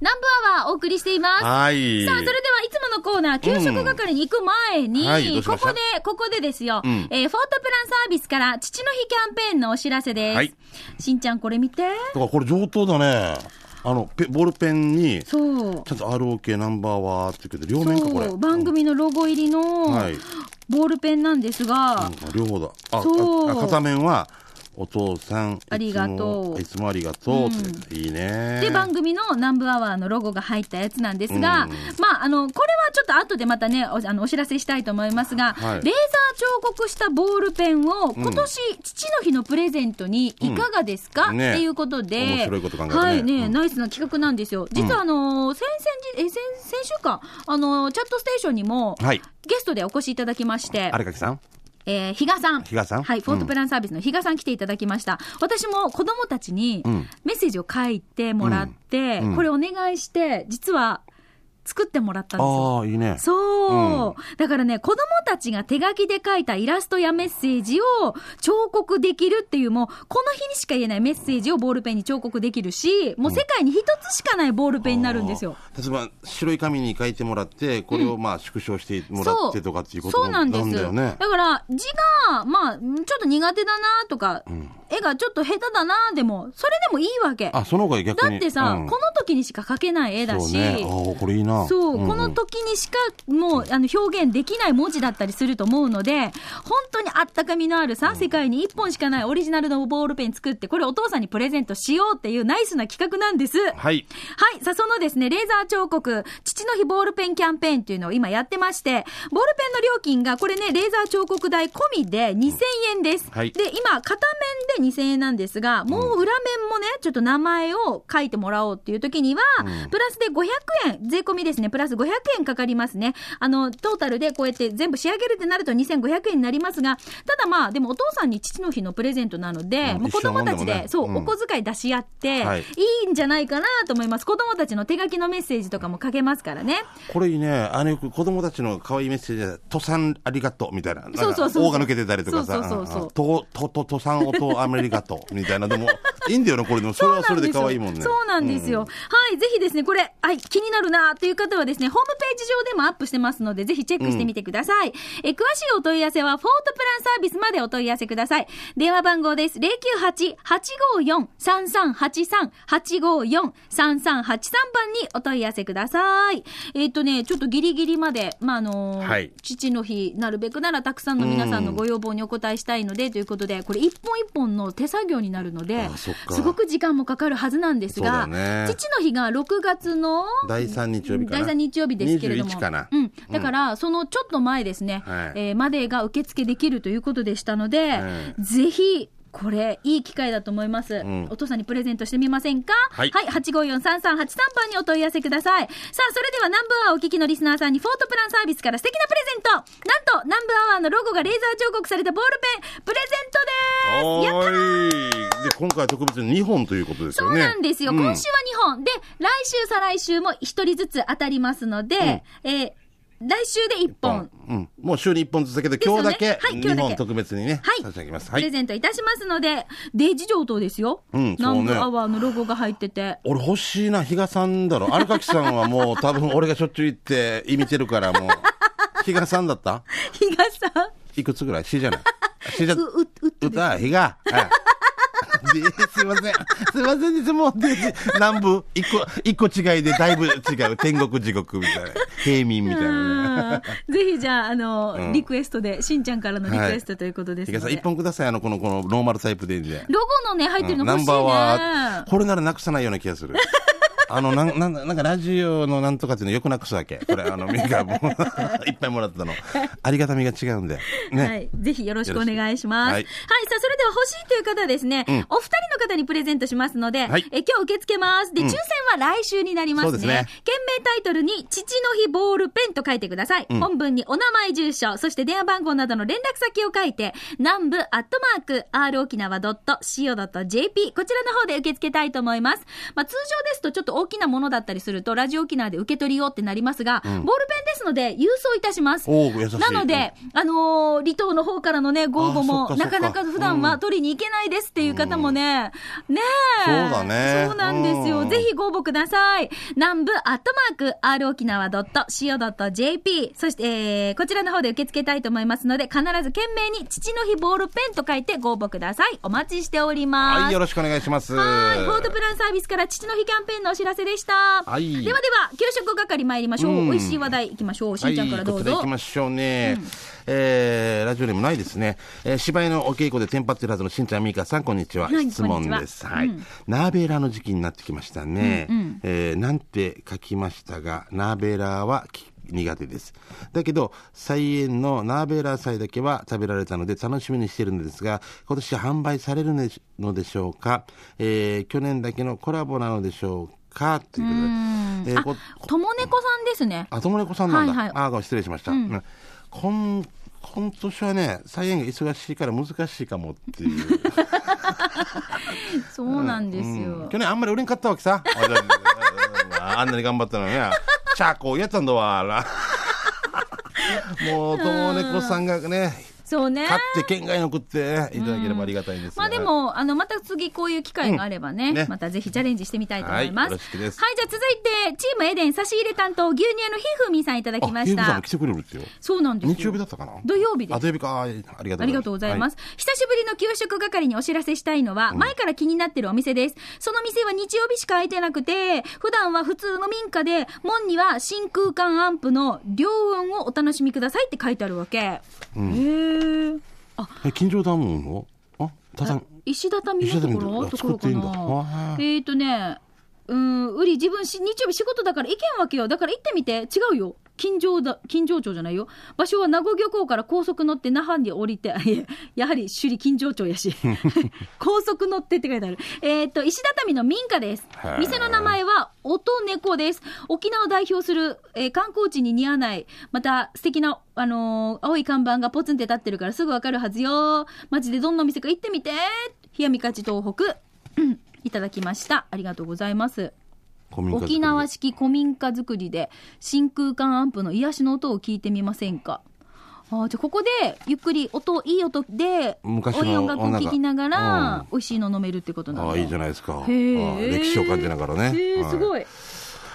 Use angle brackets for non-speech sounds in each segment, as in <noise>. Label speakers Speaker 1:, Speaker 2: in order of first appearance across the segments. Speaker 1: 南部アワーお送りしています。
Speaker 2: はい。
Speaker 1: さあ、それではいつものコーナー、給食係に行く前に、
Speaker 2: うんはいどうし
Speaker 1: こ
Speaker 2: ました
Speaker 1: こで、ここでですよ、
Speaker 2: うん
Speaker 1: えーフォートプランサービスから、父の日キャンペーンのお知らせです。
Speaker 2: はい
Speaker 1: しんちゃん、これ見て。
Speaker 2: だからこれ上等だね。あの、ペボールペンに、ち
Speaker 1: そう。
Speaker 2: ゃんと ROK ナンバーワーって言うけど、両面かこ
Speaker 1: そ
Speaker 2: れ。
Speaker 1: う、番組のロゴ入り
Speaker 2: うん。
Speaker 1: の
Speaker 2: はい。
Speaker 1: ボールペンなんですが、
Speaker 2: うん両方だ。あ、
Speaker 1: そう
Speaker 2: ああ片面は、お父さん、いつも
Speaker 1: ありがとう
Speaker 2: いつもありがとうって言って。いいね。
Speaker 1: で、番組の南部アワーのロゴが入ったやつなんですが、
Speaker 2: うん
Speaker 1: まあ、あの、これはちょっと後でまたね、おあのお知らせしたいと思いますが、
Speaker 2: は
Speaker 1: レ
Speaker 2: い
Speaker 1: ーザー彫刻したボールペンを、今年、父の日のプレゼントにいかがですか、
Speaker 2: うんね
Speaker 1: っていうことで、
Speaker 2: 面白いこと考えたね
Speaker 1: はい、ね、
Speaker 2: うん
Speaker 1: ナイスな企画なんですよ。実は、あの、先々日、え、先、先週か、あの、チャットステーションにも、
Speaker 2: はい。
Speaker 1: ゲストでお越しいただきまして、
Speaker 2: 荒垣さん
Speaker 1: えー、比嘉さん。
Speaker 2: 比嘉さん
Speaker 1: はい、フォートプランサービスの比嘉さん来ていただきました。私も子供たちに
Speaker 2: うん
Speaker 1: メッセージを書いてもらって、
Speaker 2: うんうん
Speaker 1: これお願いして、実は作ってもらったんですよ。
Speaker 2: ああ、いいね。
Speaker 1: そう、だからね、子供たちが手書きで書いたイラストやメッセージを彫刻できるっていう、もう、この日にしか言えないメッセージをボールペンに彫刻できるし、もう世界に一つしかないボールペンになるんですよ。
Speaker 2: 例えば白い紙に書いてもらってこれをまあ縮小してもらってとかっていうこと
Speaker 1: そうなんです
Speaker 2: だよね。
Speaker 1: だから字がまあちょっと苦手だなとか、絵がちょっと下手だなでもそれでもいいわけだ
Speaker 2: あその方が逆に
Speaker 1: ってさ、
Speaker 2: うん
Speaker 1: この時にしか描けない絵だ
Speaker 2: そう
Speaker 1: し
Speaker 2: ね、ああこれいいな
Speaker 1: そう、
Speaker 2: んん
Speaker 1: この時にしかもうあの表現できない文字だったりすると思うので、本当にあったかみのあるさ、世界に一本しかないオリジナルのボールペン作って、これお父さんにプレゼントしようっていうナイスな企画なんです。
Speaker 2: はい
Speaker 1: はい。さあ、そのですね、レーザー彫刻、父の日ボールペンキャンペーンっていうのを今やってまして、ボールペンの料金が、これね、レーザー彫刻代込みで2000円です。
Speaker 2: はい
Speaker 1: で、今、片面で2000円なんですが、もう裏面もね、ちょっと名前を書いてもらおうっていう時には、プラスで500円、税込みですね、プラス500円かかりますね。あの、トータルでこうやって全部仕上げるってなると2500円になりますが、ただまあ、でもお父さんに父の日のプレゼントなので、
Speaker 2: うん
Speaker 1: もう子供た
Speaker 2: 一緒のも
Speaker 1: ちで、
Speaker 2: んだもんね
Speaker 1: そう、
Speaker 2: うん
Speaker 1: お小遣い出し合って、
Speaker 2: はい
Speaker 1: いいんじゃないかなと思います。子供たちの手書きのメッセージとかも書けますからね。
Speaker 2: これいいねあのよく子供たちの可愛いメッセージで「とさんありがとう」みたいななんか
Speaker 1: そうそうそうそう
Speaker 2: 王が抜けてたりとかさ
Speaker 1: そうそうそうそう
Speaker 2: うんととととさんおとアメリカと」みたいなでもいいんだよなこれでもそれはそれで可愛いもんね
Speaker 1: そうなんですよ。はい、ぜひですね、これ、はい、気になるなという方はですね、ホームページ上でもアップしてますので、ぜひチェックしてみてください。え、詳しいお問い合わせは、フォートプランサービスまでお問い合わせください。電話番号です。098-854-3383、854-3383番にお問い合わせください。えっ、とね、ちょっとギリギリまで、まあ、あのー
Speaker 2: はい
Speaker 1: 父の日、なるべくならたくさんの皆さんのご要望にお答えしたいので、ということで、これ一本一本の手作業になるので
Speaker 2: あ、そっか
Speaker 1: すごく時間もかかるはずなんですが、
Speaker 2: そうだね
Speaker 1: 父の日が6月の
Speaker 2: 第3日曜日かな
Speaker 1: 第3日曜日ですけれども、
Speaker 2: 21かな
Speaker 1: うん、だから、そのちょっと前ですね、
Speaker 2: はい
Speaker 1: えーまでが受付できるということでしたので、
Speaker 2: え
Speaker 1: ぜひ、これ、いい機会だと思います、
Speaker 2: ん
Speaker 1: お父さんにプレゼントしてみませんか
Speaker 2: はい
Speaker 1: 854-3383番にお問い合わせください。さあ、それでは南部アワーをお聞きのリスナーさんに、フォートプランサービスから素敵なプレゼントなんと、南部アワーのロゴがレーザー彫刻されたボールペン、プレゼントです
Speaker 2: おーいで今回は特別に2本ということです
Speaker 1: そ
Speaker 2: よ
Speaker 1: う
Speaker 2: ね
Speaker 1: なんですよ。
Speaker 2: うん
Speaker 1: 今週は2本。で、来週、再来週も1人ずつ当たりますので、えー来週で1本。
Speaker 2: うん、もう週に1本ずつだけど、
Speaker 1: よ
Speaker 2: 今
Speaker 1: ね
Speaker 2: 日だけ、
Speaker 1: はい今日だ
Speaker 2: 日
Speaker 1: け
Speaker 2: 本特別にね、
Speaker 1: はい
Speaker 2: 差し上げます。は
Speaker 1: プレ
Speaker 2: い。
Speaker 1: ゼントいたしますので、デイジ上等ですよ。
Speaker 2: うんそう
Speaker 1: 南
Speaker 2: ね
Speaker 1: 部アワーのロゴが入ってて。 <laughs>
Speaker 2: 俺欲しいな、比嘉さんだろ。荒垣さんはもう多分俺がしょっちゅう行って、意味てるから
Speaker 1: <laughs>
Speaker 2: もう。比嘉さんだった
Speaker 1: 日がさん、
Speaker 2: いくつぐらい ?C
Speaker 1: <laughs>
Speaker 2: じゃない ?C じゃ、
Speaker 1: う、う、うっ
Speaker 2: う
Speaker 1: とです。
Speaker 2: た、比嘉。はい <laughs> ですいません。すいませんです。もう、で南部、一個、一個違いでだいぶ違う。天国地獄みたいな。平民みたいなね。
Speaker 1: うんぜひじゃあ、あの、リクエストで、しんちゃんからのリクエストということです
Speaker 2: 比
Speaker 1: の
Speaker 2: 嘉
Speaker 1: で。
Speaker 2: さん、一本ください。あの、この、この、ノーマルタイプでいいんで。
Speaker 1: ロゴのね、入ってるの
Speaker 2: ナ
Speaker 1: 欲し
Speaker 2: ン
Speaker 1: い
Speaker 2: バ
Speaker 1: ね。
Speaker 2: ーは、これならなくさないような気が
Speaker 1: <laughs>
Speaker 2: する。あの、なん、なん、なんかラジオのなんとかっていうのよくなくすわけ。これ、あの、みんなも <laughs> ういっぱいも
Speaker 1: <laughs>
Speaker 2: らったの。ありがたみが違うんで。ね。
Speaker 1: はい。ぜひよろしくお願いします。は
Speaker 2: よろ
Speaker 1: い、
Speaker 2: しく
Speaker 1: さあ、それでは欲しいという方はですね、お二人の方にプレゼントしますので、
Speaker 2: はい
Speaker 1: え今日受け付けます。で、抽選は来週になりますね。
Speaker 2: そうですね
Speaker 1: 件名タイトルに、父の日ボールペンと書いてください。本文にお名前、住所、そして電話番号などの連絡先を書いて、南部アットマーク、r 沖縄 .co.jp、こちらの方で受け付けたいと思います。まあ、通常ですとちょっと大きなものだったりすると、ラジオ沖縄で受け取りようってなりますが、ボールペンですので、郵送いたします。
Speaker 2: おー優しい
Speaker 1: なので、あのー離島の方からのね、ご応募
Speaker 2: あーそ
Speaker 1: も、
Speaker 2: っかそ
Speaker 1: な
Speaker 2: っか
Speaker 1: かなか普段は取りに行けないですっていう方もね、ねえ。
Speaker 2: そうだね
Speaker 1: そうなんです
Speaker 2: う
Speaker 1: よ。
Speaker 2: ん
Speaker 1: ぜひご応募ください。南部アットマーク、r 沖縄 .co.jp。そして、えーこちらの方で受け付けたいと思いますので、必ず懸命に、父の日ボールペンと書いてご応募ください。お待ちしております。
Speaker 2: はい、よろしくお願いします。
Speaker 1: はい、フォートプランサービスから父の日キャンペーンのお知らせでした。
Speaker 2: い
Speaker 1: ではでは、給食係参りましょう。
Speaker 2: うん
Speaker 1: 美味しい話題いきましょう。しんちゃんからどうぞ。
Speaker 2: はい、こちら行きましょうね。えーラジオにもないですね。えー芝居のお稽古でテンパってるはずのしんちゃん、みーかさん、こんにちは。
Speaker 1: はい
Speaker 2: 質問です。
Speaker 1: こんにちは
Speaker 2: はい。ナーベラの時期になってきましたね。
Speaker 1: うんうん
Speaker 2: えーなんて書きましたが、ナーベラはき苦手です。だけど、菜園のナーベラ菜だけは食べられたので楽しみにしてるんですが、今年販売されるねのでしょうか、えー去年だけのコラボなのでしょうかということで。えーこ
Speaker 1: ともねこさんですね。
Speaker 2: あ、友猫さんなんだ。
Speaker 1: はいはい
Speaker 2: ああ、失礼しました。うんこん、今年はね、菜園が忙しいから難しいかもっ
Speaker 1: <laughs>
Speaker 2: ていう。
Speaker 1: そうなんですよ。
Speaker 2: 去年あんまり売れんかったわけさ。 <laughs> あだだだあんなに頑張ったのにね。 <laughs> チャーコーやったんだわ。 <laughs> らもう、友猫さんがね、
Speaker 1: そうね。
Speaker 2: 買って県外の食っていただければありがたいんです
Speaker 1: ま
Speaker 2: が
Speaker 1: あで、も、あの、また次こういう機会があればね、
Speaker 2: うんね
Speaker 1: またぜひチャレンジしてみたいと思います。
Speaker 2: はいよろしくです
Speaker 1: はいじゃあ続いて、チームエデン差し入れ担当、牛乳のひふみさんいただ
Speaker 2: あ、
Speaker 1: きま
Speaker 2: ヒ
Speaker 1: し
Speaker 2: ロミさん
Speaker 1: た
Speaker 2: も。来てくれるってよ。
Speaker 1: そうなんですよ。
Speaker 2: 日曜日だったかな
Speaker 1: 土曜日です
Speaker 2: あ、。土曜日か。ありがとうございます。
Speaker 1: ありがとうございます
Speaker 2: は。
Speaker 1: 久しぶりの給食係にお知らせしたいのは、前から気になってるお店です。その店は日曜日しか開いてなくて、普段は普通の民家で、門には真空管アンプの両音をお楽しみくださいって書いてあるわけ。へえ。あ、
Speaker 2: い。え近所だもんのあ、ただ、
Speaker 1: 石畳のところ
Speaker 2: 石畳のと
Speaker 1: ところか
Speaker 2: ころ作っていいんだ
Speaker 1: な
Speaker 2: は。い
Speaker 1: えっ、ー、とね、うん、うり自分し日曜日仕事だから行けんわけよ。だから行ってみて。違うよ。近城だ、近城町じゃないよ。場所は名護漁港から高速乗って那覇に降りて、いややはり首里近城町や
Speaker 2: <laughs>
Speaker 1: し。高速乗ってって書いてある。えっ、と、石畳の民家です
Speaker 2: へー。
Speaker 1: 店の名前は音猫です。沖縄を代表する、えー観光地に似合わない、また素敵な、あのー青い看板がポツンって立ってるからすぐわかるはずよ。マジでどんなお店か行ってみて。冷やみかち東北、うんいただきました。ありがとうございます。
Speaker 2: 古民家作り
Speaker 1: 沖縄式古民家作りで真空管アンプの癒しの音を聞いてみませんかあーじゃあここでゆっくり音いい音で
Speaker 2: 昔の
Speaker 1: おい音楽を聴きなが
Speaker 2: うん
Speaker 1: ら美味しいの飲めるってことなん
Speaker 2: あ
Speaker 1: だ
Speaker 2: あいいじゃないですか。ああ
Speaker 1: へー
Speaker 2: 歴史を感じながらね。
Speaker 1: へーす
Speaker 2: はい
Speaker 1: ごい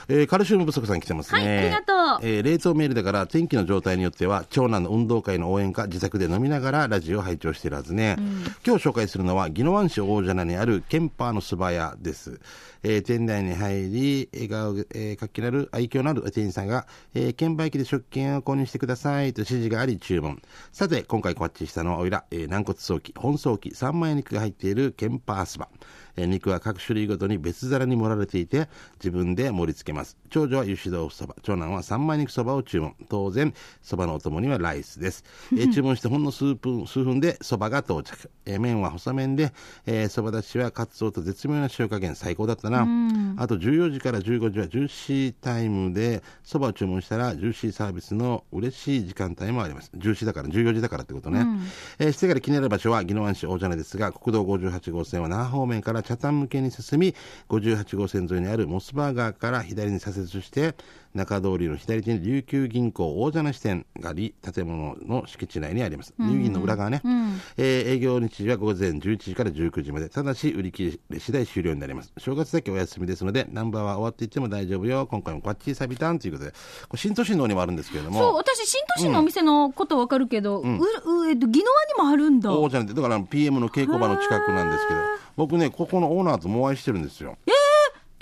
Speaker 2: えーカルシウム不足さん来てますね。
Speaker 1: はいありがとう
Speaker 2: えー冷凍メールだから天気の状態によっては長男の運動会の応援か自宅で飲みながらラジオを拝聴しているはずね。今日紹介するのは宜野湾市大蛇名にあるケンパーの素早です。えー店内に入り、笑顔、えー活気のある愛嬌のある店員さんが、えー券売機で食券を購入してくださいと指示があり注文。さて、今回こっちしたのはおいら、えー軟骨早期、本早期、三枚肉が入っているケンパースバ。えー肉は各種類ごとに別皿に盛られていて、自分で盛り付けます。長女は油脂豆腐そば、長男は三枚肉そばを注文。当然、そばのお供にはライスです。えー注文してほんの数分、数分でそばが到着。えー麺は細麺で、えーそばだしはカツオと絶妙な塩加減、最高だったな。あと14時から15時はジューシータイムで、そばを注文したらジューシーサービスの嬉しい時間帯もあります。ジューシーだから、14時だからってことね。えーしてから気になる場所は宜野湾市大蛇根ですが、国道58号線は那覇方面から北谷向けに進み、58号線沿いにあるモスバーガーから左に左折して、中通りの左手に琉球銀行大蛇根支店があり、建物の敷地内にあります。入銀の裏側ね。えー営業日時は午前11時から19時まで。ただし、売り切れ次第終了になります。正月だけお休みですので、ナンバーは終わっていっても大丈夫よ。今回もこっちサビタンということで、これ新都心の方にもあるんですけれども。
Speaker 1: そう私新都市のお店のことわかるけど、ううえっと宜野湾にもあるんだ
Speaker 2: 大じゃなくてだから PM の稽古場の近くなんですけど僕ねここのオーナーともお会いしてるんですよえ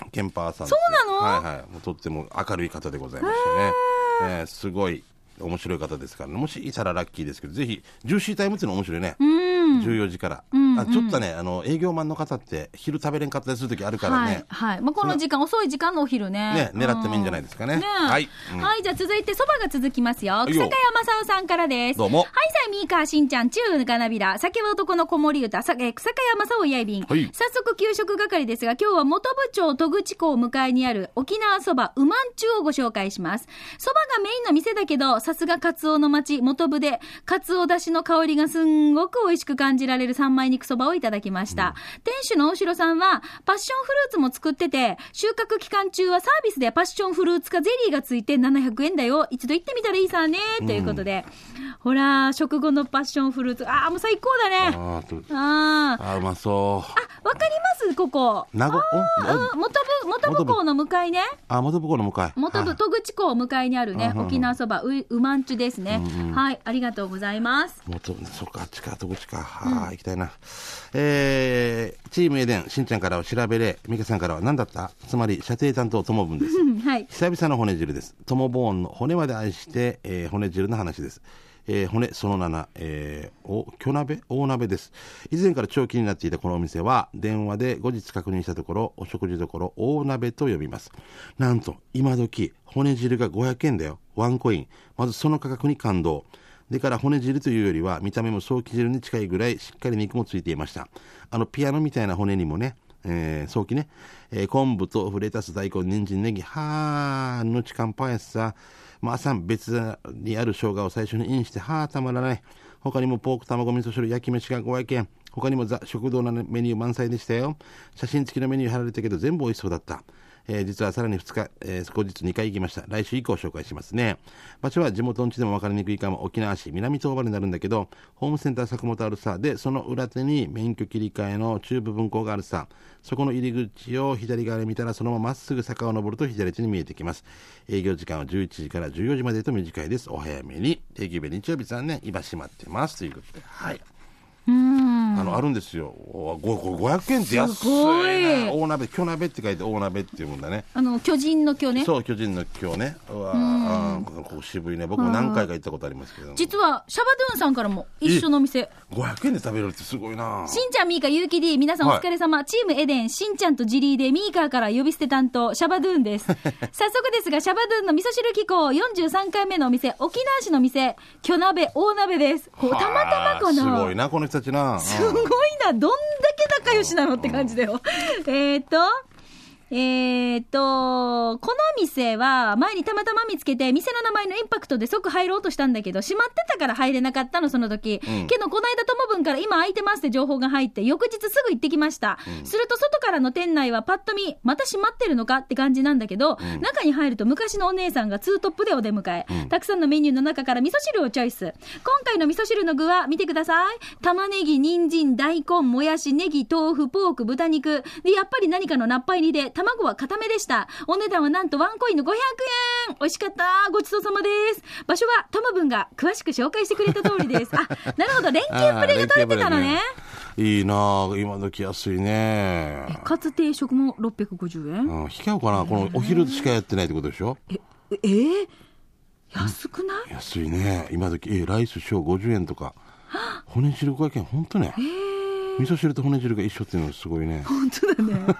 Speaker 2: えケンパーさんそう
Speaker 1: なの
Speaker 2: はいはいもうとっても明るい方でございましてね、ええすごい面白い方ですから、ね、もしいたらラッキーですけどぜひジューシータイムっていうの面白いね14時から、あちょっとねあの営業マンの方って昼食べれんかったりする時あるから
Speaker 1: はい、
Speaker 2: ね、
Speaker 1: はい。まあ、この時間、遅い時間のお昼ね
Speaker 2: ね。狙ってもいいんじゃないですかね
Speaker 1: うんねは
Speaker 2: はいい、うん
Speaker 1: じゃあ続いて、そばが続きますよ。
Speaker 2: い
Speaker 1: 草
Speaker 2: よ
Speaker 1: 加山正夫さんからです。
Speaker 2: どうも
Speaker 1: はい、さあ、ミーカー、しんちゃん、チュー、ガナビラ、酒は男の子守歌、さえー草加山正夫やいびん。
Speaker 2: はい
Speaker 1: 早速、給食係ですが、今日は元部町戸口港を迎えにある沖縄そば、うまんちゅうをご紹介します。そばがメインの店だけど、さすがカツオの町、元部で、カツオだしの香りがすんごく美味しく感じられる三枚肉肉そばをいただきました。店主の大城さんは、パッションフルーツも作ってて、収穫期間中はサービスでパッションフルーツかゼリーがついて700円だよ。一度行ってみたらいいさね。ということで。ほら、食後のパッションフルーツ。ああ、もう最高だね。
Speaker 2: あーと
Speaker 1: ああ。
Speaker 2: あーうまそ
Speaker 1: あ、わかりますここ。
Speaker 2: う名護
Speaker 1: あう
Speaker 2: お
Speaker 1: ん元部、元部港の向かいね。
Speaker 2: あ元部港の向かい
Speaker 1: 元部、
Speaker 2: はい
Speaker 1: 戸口港向かいにある
Speaker 2: うん
Speaker 1: ね
Speaker 2: う、んうん
Speaker 1: 沖縄そば、う、うまんちゅですね
Speaker 2: うんうん。
Speaker 1: はい、ありがとうございます。
Speaker 2: 元そっかあっちかどこっちかああ、行きたいなえー、チームエデンしんちゃんからは調べれ美香さんからは何だったつまり射程担当ともぶんです
Speaker 1: うんはい。
Speaker 2: 久々の骨汁です。トモボーンの骨まで愛して、えー骨汁の話です。えー骨その7、えー、お、巨鍋大鍋です。以前から長期になっていたこのお店は、電話で後日確認したところ、お食事どころ大鍋と呼びます。なんと、今時、骨汁が500円だよ。ワンコイン。まずその価格に感動。でから骨汁というよりは、見た目も早期汁に近いぐらい、しっかり肉もついていました。あの、ピアノみたいな骨にもね、えー、早期ね、えー昆布、豆腐、レタス、大根、人参、ネギ、はー、のちかんぱやしさ、まあ、さん、別にある生姜を最初にインして、はー、たまらない。他にもポーク、卵、味噌汁、焼き飯が500円。他にもザ、食堂のメニュー満載でしたよ。写真付きのメニュー貼られたけど、全部美味しそうだった。えー実はさらに2日、えー後日2回行きました。来週以降紹介しますね。場所は地元の地でも分かりにくいかも沖縄市南東原になるんだけど、ホームセンター坂本あるさ。で、その裏手に免許切り替えの中部分校があるさ。そこの入り口を左側に見たら、そのまままっすぐ坂を登ると左手に見えてきます。営業時間は11時から14時までと短いです。お早めに。定休日日曜日残念。今閉まってます。ということで。はい。あの、あるんですよ。おごこれ500円って安いな。
Speaker 1: すごい
Speaker 2: 大鍋、巨鍋って書いて大鍋っていうもんだね。
Speaker 1: あの、巨人の巨ね。
Speaker 2: そう、巨人の今日ね。うわあーここ渋いね。僕も何回か行ったことありますけども。
Speaker 1: 実は、シャバドゥンさんからも一緒のお店。
Speaker 2: 500円で食べれるってすごいな。
Speaker 1: しんちゃん、ミーカ、ゆうき D、皆さんお疲れ様、チームエデン、しんちゃんとジリーで、ミーカーから呼び捨て担当、シャバドゥーン
Speaker 2: <laughs>
Speaker 1: です。早速ですが、シャバドゥーンの味噌汁機構、43回目のお店、沖縄市の店、巨鍋、大鍋です。こうたまたまかな。
Speaker 2: すごいな、この人たちな。
Speaker 1: すごいな、どんだけ仲良しなのって感じだよ。えっと、えっと、この店は前にたまたま見つけて、店の名前のインパクトで即入ろうとしたんだけど、閉まってたから入れなかったの、その時。
Speaker 2: うん
Speaker 1: けど、この間ともぶんから今空いてますって情報が入って、翌日すぐ行ってきました。すると、外からの店内はパッと見、また閉まってるのかって感じなんだけど、中に入ると昔のお姉さんがツートップでお出迎え。たくさんのメニューの中から味噌汁をチョイス。今回の味噌汁の具は見てください。玉ねぎ、人参、大根、もやし、ネギ、豆腐、ポーク、豚肉。で、やっぱり何かのナッパ入りで、卵は固めでした。お値段はなんとワンコインの500円。美味しかった。ごちそうさまです。場所はトムブンが詳しく紹介してくれた通り <laughs> です。あ、なるほど。連
Speaker 2: あ
Speaker 1: 携
Speaker 2: ー。
Speaker 1: プレーが取れてたの
Speaker 2: 連
Speaker 1: ね
Speaker 2: 携。プレーね。いいな、今時安いね。
Speaker 1: かつ定食も650円。
Speaker 2: うん、引き合うかな、このお昼しかやってないってことでしょ
Speaker 1: え、えー安くない
Speaker 2: 安いね。今時、え、ライス小50円とか。骨汁500円、ほんとね。味噌汁と骨汁が一緒っていうのがすごいね。
Speaker 1: <laughs> 本当だね。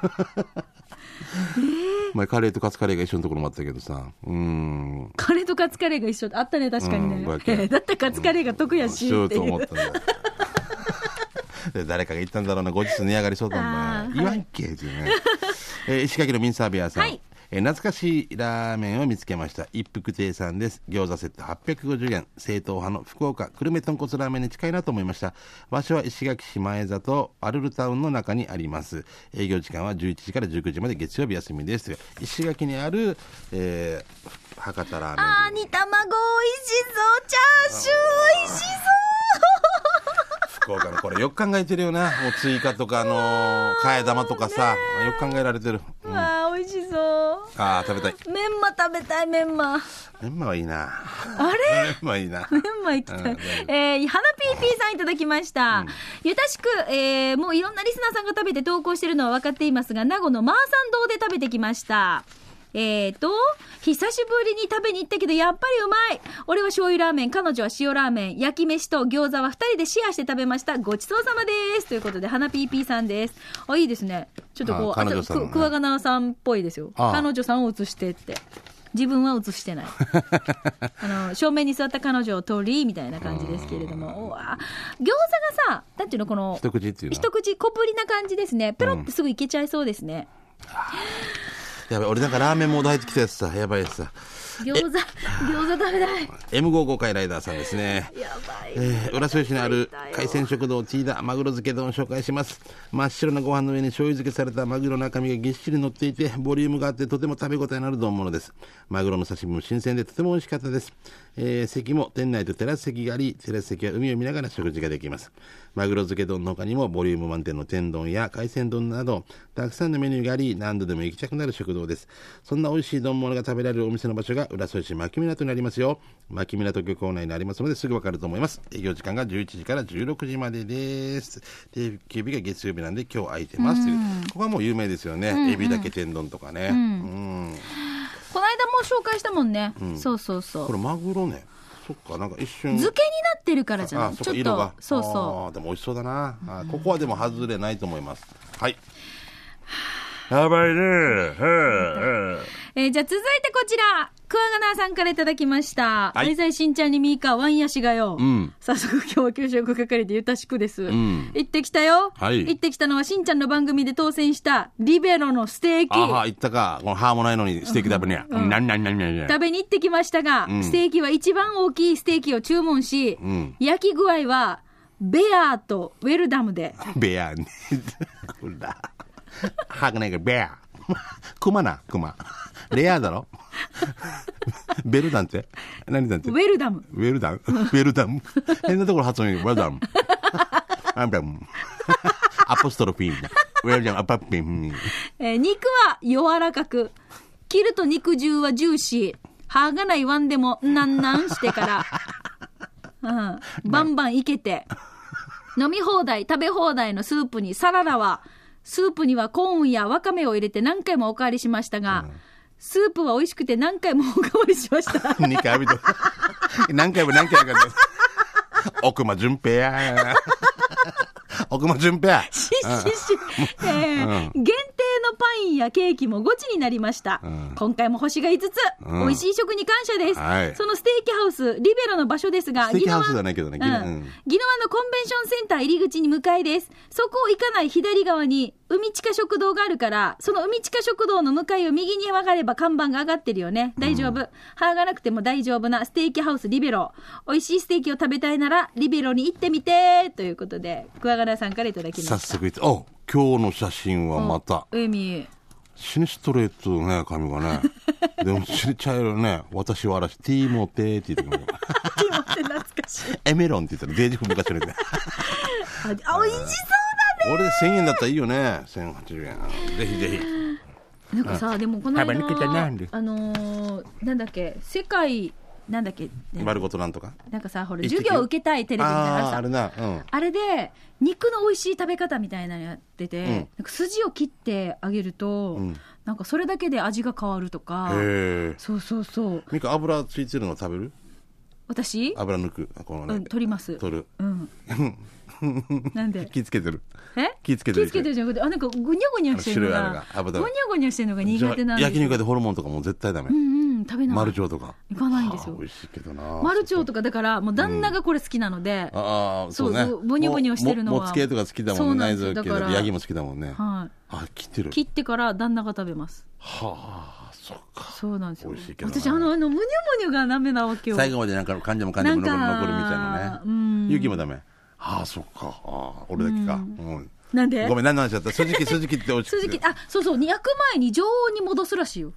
Speaker 2: 前カレーとカツカレーが一緒のところもあったけどさ。うん。
Speaker 1: カレーとカツカレーが一緒あったね、確かに
Speaker 2: うん
Speaker 1: ね。
Speaker 2: 500
Speaker 1: <laughs>
Speaker 2: 円
Speaker 1: だったらカツカレーが得やし、
Speaker 2: しよう
Speaker 1: ってい
Speaker 2: と思
Speaker 1: う
Speaker 2: っ。たんだよで誰かが言ったんだろうな後日値上がりそうだもん
Speaker 1: あー
Speaker 2: だ言わんけっていうね、えー石垣のミンサービアさん、
Speaker 1: はい
Speaker 2: えー懐かしいラーメンを見つけました一服亭さんです餃子セット850円正統派の福岡久留米豚骨ラーメンに近いなと思いました場所は石垣市前座とアルルタウンの中にあります営業時間は11時から19時まで月曜日休みです石垣にある、えー博多ラーメン
Speaker 1: あー、煮卵美味しそう。チャーシュー美味しそう。
Speaker 2: 福岡のこれよく考えてるよなもう追加とかあのー替え玉とかさ、よく考えられてる、う、
Speaker 1: うん
Speaker 2: あ
Speaker 1: わー、美味しそう。
Speaker 2: あ食べたい
Speaker 1: メンマ食べたい、メンマ。
Speaker 2: メンマはいいな
Speaker 1: あれ
Speaker 2: メンマいいな
Speaker 1: メ <laughs> ンマ行きた
Speaker 2: う
Speaker 1: い
Speaker 2: ん。
Speaker 1: えー、花ピーピーさんいただきました。ゆたしく、えー、もういろんなリスナーさんが食べて投稿してるのは分かっていますが、名護のマーサン堂で食べてきました。えーと、久しぶりに食べに行ったけど、やっぱりうまい俺は醤油ラーメン、彼女は塩ラーメン、焼き飯と餃子は二人でシェアして食べました。ごちそうさまですということで、花ピーピーさんです。あ、いいですね。ちょっとこう、
Speaker 2: あ彼女さん
Speaker 1: あちょくクワガナさんっぽいですよ。
Speaker 2: ああ
Speaker 1: 彼女さんを映してって。自分は映してない。あの正面に座った彼女を取りみたいな感じですけれども、うわ餃子がさ、なんていうの、この
Speaker 2: 一口っていうの
Speaker 1: 一口小ぶりな感じですね、ペロってすぐいけちゃいそうですね。
Speaker 2: やばい俺なんかラーメンモード入ってきたやつさやばいやつさ
Speaker 1: 餃子、餃子食べ
Speaker 2: <laughs>
Speaker 1: たい。
Speaker 2: M55 回ライダーさんですね。
Speaker 1: やばい。
Speaker 2: えー浦添市にある海鮮食堂ティーダマグロ漬け丼を紹介します真っ白なご飯の上に醤油漬けされたマグロの中身がぎっしり乗っていてボリュームがあってとても食べ応えのある丼物ですマグロの刺身も新鮮でとても美味しかったです、えー席も店内とテラス席がありテラス席は海を見ながら食事ができますマグロ漬け丼の他にもボリューム満点の天丼や海鮮丼などたくさんのメニューがあり何度でも行きたくなる食堂ですそんな美味しい丼物が食べられるお店の場所が浦添市牧港になりますよ牧港漁港内にありますのですぐわかると思います営業時間が11時から16時までです定休日が月曜日なんで今日空いてますというここはもう有名ですよね、エビだけ天丼とかね、うん
Speaker 1: この間も紹介したもんね。そうそうそう
Speaker 2: こ。れマグロねそっかなんか一瞬
Speaker 1: 漬けになってるからじゃな
Speaker 2: あ
Speaker 1: い
Speaker 2: そっ
Speaker 1: ち
Speaker 2: か
Speaker 1: ょっ
Speaker 2: 色
Speaker 1: と
Speaker 2: が、
Speaker 1: そうそ
Speaker 2: あーでも美味しそうだな、あーここはでも外れないと思いますはいやばいねへえ
Speaker 1: う。えーじゃあ続いてこちら、クワガナーさんからいただきました。
Speaker 2: はい
Speaker 1: 愛妻新ちゃんにミーカー、ワインやしがよ。
Speaker 2: ん
Speaker 1: 早速今日は給食係でゆたしくです。
Speaker 2: ん
Speaker 1: 行ってきたよ。
Speaker 2: はい
Speaker 1: 行ってきたのはしんちゃんの番組で当選した、リベロのステーキ。
Speaker 2: あは言ったかこの歯もないのにステーキ食べねえ、うん、なんなんなんなんなん
Speaker 1: 食べに行ってきましたが、
Speaker 2: ん
Speaker 1: ステーキは一番大きいステーキを注文し、
Speaker 2: ん
Speaker 1: 焼き具合はベアーとウェルダム
Speaker 2: <laughs>
Speaker 1: で
Speaker 2: ベアね。ほら。歯がないから、ベア。クマな、クマ。レアだろ。ベルダンって何だって
Speaker 1: ウ
Speaker 2: ウェ
Speaker 1: ェルダム
Speaker 2: ルダンウェルダン変なところ発音いい。ウェルダン。アンダン。アポストロフィー。ウェルダン、アパッピン。
Speaker 1: えー肉は柔らかく切ると肉汁はジューシー歯がないワンでもなんなんしてから、うん、バンバンいけて飲み放題食べ放題のスープにサラダはスープにはコーンやわかめを入れて何回もおかわりしましたが、スープは美味しくて何回もおかわりしました
Speaker 2: 2回見た。何回も何回もやるから。奥間淳平や。奥間淳平。
Speaker 1: ししし、えー限定のパインやケーキもゴチになりました、
Speaker 2: ん
Speaker 1: 今回も星が5つ、
Speaker 2: うん
Speaker 1: 美味しい食に感謝です、
Speaker 2: はい
Speaker 1: そのステーキハウスリベロの場所ですが
Speaker 2: ステーキハウス
Speaker 1: 宜野湾
Speaker 2: じゃないけどね
Speaker 1: うん
Speaker 2: 宜野う
Speaker 1: 宜野
Speaker 2: ん
Speaker 1: 湾のコンベンションセンター入り口に向かいですそこを行かない左側に海地下食堂があるからその海地下食堂の向かいを右に曲がれば看板が上がってるよね大丈夫、歯がなくても大丈夫なステーキハウスリベロ美味しいステーキを食べたいならリベロに行ってみてということで桑原さんからいただきました
Speaker 2: 早速言って、お今日の写真はまた。
Speaker 1: うん海
Speaker 2: 死にストレートね、髪
Speaker 1: <laughs>
Speaker 2: がね。でも、死に茶色ね、私は嵐、ティーモテーって言ってくる。
Speaker 1: キモって懐かしい
Speaker 2: <laughs> エメロンって言ったら、デージフ昔
Speaker 1: <laughs>
Speaker 2: のね。
Speaker 1: あ美味しそう
Speaker 2: 俺で1000円だったらいいよね。1080円。ぜひぜひ。
Speaker 1: だなんかさでもこの間
Speaker 2: 幅抜けてないんで
Speaker 1: あのー、なんだっけ世界なんだっけ
Speaker 2: 丸ごとなんとか。
Speaker 1: なんかさほら
Speaker 2: 一滴
Speaker 1: 授業受けたいテレビみたいなのある
Speaker 2: あ
Speaker 1: さ
Speaker 2: あ、あるな。うん。
Speaker 1: あれで肉の美味しい食べ方みたいなのやってて、
Speaker 2: ん
Speaker 1: なんか筋を切ってあげると、
Speaker 2: ん
Speaker 1: なんかそれだけで味が変わるとか
Speaker 2: へえ。
Speaker 1: そうそうそう
Speaker 2: ミカ、油ついてるの食べる
Speaker 1: 私、
Speaker 2: 油抜く。この
Speaker 1: う
Speaker 2: ね
Speaker 1: ん、。取ります
Speaker 2: 取る。
Speaker 1: うんなん
Speaker 2: <laughs>
Speaker 1: で
Speaker 2: 気ぃつけてる。
Speaker 1: え
Speaker 2: 気ぃつけてる
Speaker 1: 気ぃつけてるじゃなくてあなんかぐにゃぐにゃしてるの
Speaker 2: 白いあれ
Speaker 1: が
Speaker 2: が
Speaker 1: ぐ
Speaker 2: 油
Speaker 1: に
Speaker 2: だ
Speaker 1: ゃぐにゃしてるのが苦手なん
Speaker 2: じ
Speaker 1: で
Speaker 2: ゃあ
Speaker 1: す
Speaker 2: 焼肉でホルモンとかもう絶対ダメ
Speaker 1: う。んうん食べない
Speaker 2: マルチョウとか。
Speaker 1: 行かないんです
Speaker 2: あ
Speaker 1: よ
Speaker 2: 美味しいけどな。
Speaker 1: マルチョウとかだからもう旦那がこれ好きなので、
Speaker 2: ああ、そうね。
Speaker 1: そうボニョボニョしてるのは
Speaker 2: ももつ系とか好きだ
Speaker 1: そ
Speaker 2: も
Speaker 1: うん
Speaker 2: ね。
Speaker 1: なん
Speaker 2: 内
Speaker 1: ですよ
Speaker 2: 臓系
Speaker 1: だ
Speaker 2: だ
Speaker 1: か
Speaker 2: と
Speaker 1: ら
Speaker 2: ヤギも好きだもんね。
Speaker 1: は
Speaker 2: あ、切ってる
Speaker 1: い、。切ってから旦那が食べます
Speaker 2: はあ、そっか。
Speaker 1: そうなんですよ
Speaker 2: 美味しいけどな
Speaker 1: 私あのあのむにょむにょがダメなわけよ
Speaker 2: 最後までなんか患者も患者も残
Speaker 1: な
Speaker 2: る
Speaker 1: んか
Speaker 2: 残るみたいな
Speaker 1: う
Speaker 2: ね
Speaker 1: ん。
Speaker 2: 勇気もダメ。はあ、そっか。ああ、俺だけか。うん。
Speaker 1: なんで
Speaker 2: ごめん、何の話だったスジキ、スジキって落ち
Speaker 1: 鈴木あそうそう焼く前に常温に戻すらしいよ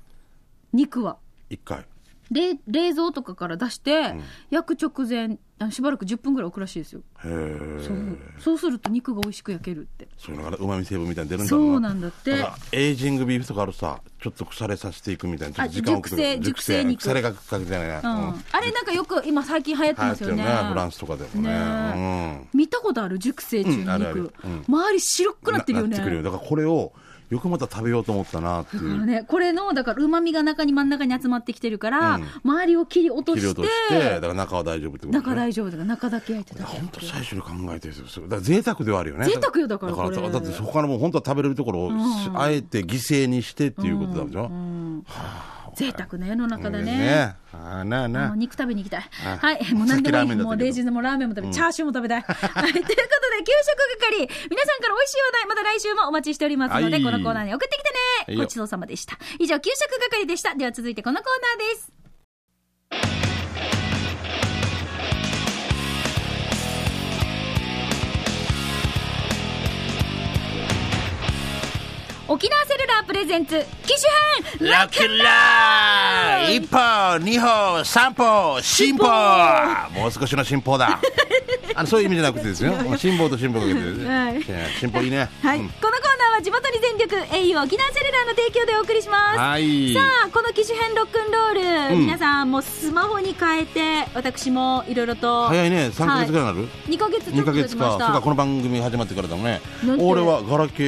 Speaker 1: 肉は
Speaker 2: 一回。
Speaker 1: 冷冷蔵とかから出して、焼く直前あしばらく10分ぐらい置くらしいですよ
Speaker 2: へえ。
Speaker 1: そうそうすると肉が美味しく焼けるって
Speaker 2: そういうのがうまみ成分みたいなの出るんだ
Speaker 1: そ
Speaker 2: ろ
Speaker 1: うなんだって
Speaker 2: からエイジングビーフとかあるさ、ちょっと腐れさせていくみたいな。ちょっと時間を置くと
Speaker 1: あ熟成熟成肉
Speaker 2: 腐れがかけてないね。
Speaker 1: うん
Speaker 2: うん。
Speaker 1: あれなんかよく今最近流行って
Speaker 2: 流行
Speaker 1: ま
Speaker 2: っ
Speaker 1: す
Speaker 2: て
Speaker 1: よ
Speaker 2: る
Speaker 1: ね
Speaker 2: ね。フランスとかでもね。
Speaker 1: ね
Speaker 2: うん。
Speaker 1: 見たことある熟成中の肉、
Speaker 2: うんあるあるうん
Speaker 1: 周り白くなってるよね
Speaker 2: なってくるよだからこれをよくまた食べようと思ったなってい
Speaker 1: だから
Speaker 2: う
Speaker 1: ねこれのだからうまみが中に真ん中に集まってきてるから、
Speaker 2: うん
Speaker 1: 周りを切り落と
Speaker 2: 切り
Speaker 1: し
Speaker 2: 落
Speaker 1: て
Speaker 2: としてだから中は大丈夫ってこと
Speaker 1: 中大丈夫だから中だけ焼いてた
Speaker 2: 本当最初に考えてるんですよだから贅沢ではあるよね
Speaker 1: 贅沢よだからこれ
Speaker 2: だって他のもう本当は食べれるところをしあえて犠牲にしてっていうことだもんじゃん
Speaker 1: 贅沢な世の中だね
Speaker 2: ああな
Speaker 1: も
Speaker 2: あな
Speaker 1: う肉食べに行きたい。
Speaker 2: あ
Speaker 1: はい。もう何でも
Speaker 2: さっきラー
Speaker 1: い
Speaker 2: メ
Speaker 1: い。
Speaker 2: ンだっ
Speaker 1: も
Speaker 2: たけど
Speaker 1: うレジでもラーメンも食べ、チャーシューも食べたい。はい。ということで、給食係、皆さんから美味しい話題、また来週もお待ちしておりますので、
Speaker 2: はい
Speaker 1: このコーナーに送ってきて
Speaker 2: い
Speaker 1: ね。
Speaker 2: いよ
Speaker 1: ごちそうさまでした。以上、給食係でした。では続いてこのコーナーです。沖縄セルラープレゼンツ機種編
Speaker 2: ラッキンラー一歩、二歩、三歩、進歩もう少しの進
Speaker 1: <laughs>
Speaker 2: 歩だあのそういう意味じゃなくてですよ。進歩と進歩かけて、
Speaker 1: はい
Speaker 2: 進歩いいね。
Speaker 1: はい、
Speaker 2: うん
Speaker 1: このコーナーは地元に全力 au 沖縄セルラーの提供でお送りします、
Speaker 2: はい
Speaker 1: さあこの機種編ロックンロール、
Speaker 2: うん
Speaker 1: 皆さんもうスマホに変えて私もいろいろと
Speaker 2: 早いね、3ヶ月ぐらいになる、
Speaker 1: 2ヶ月ちょ
Speaker 2: 二
Speaker 1: っ
Speaker 2: ヶ
Speaker 1: と経ち
Speaker 2: 月
Speaker 1: ま
Speaker 2: か、
Speaker 1: し
Speaker 2: そ
Speaker 1: た
Speaker 2: うか、この番組始まってからだもんね
Speaker 1: なん。て
Speaker 2: 俺はガラケ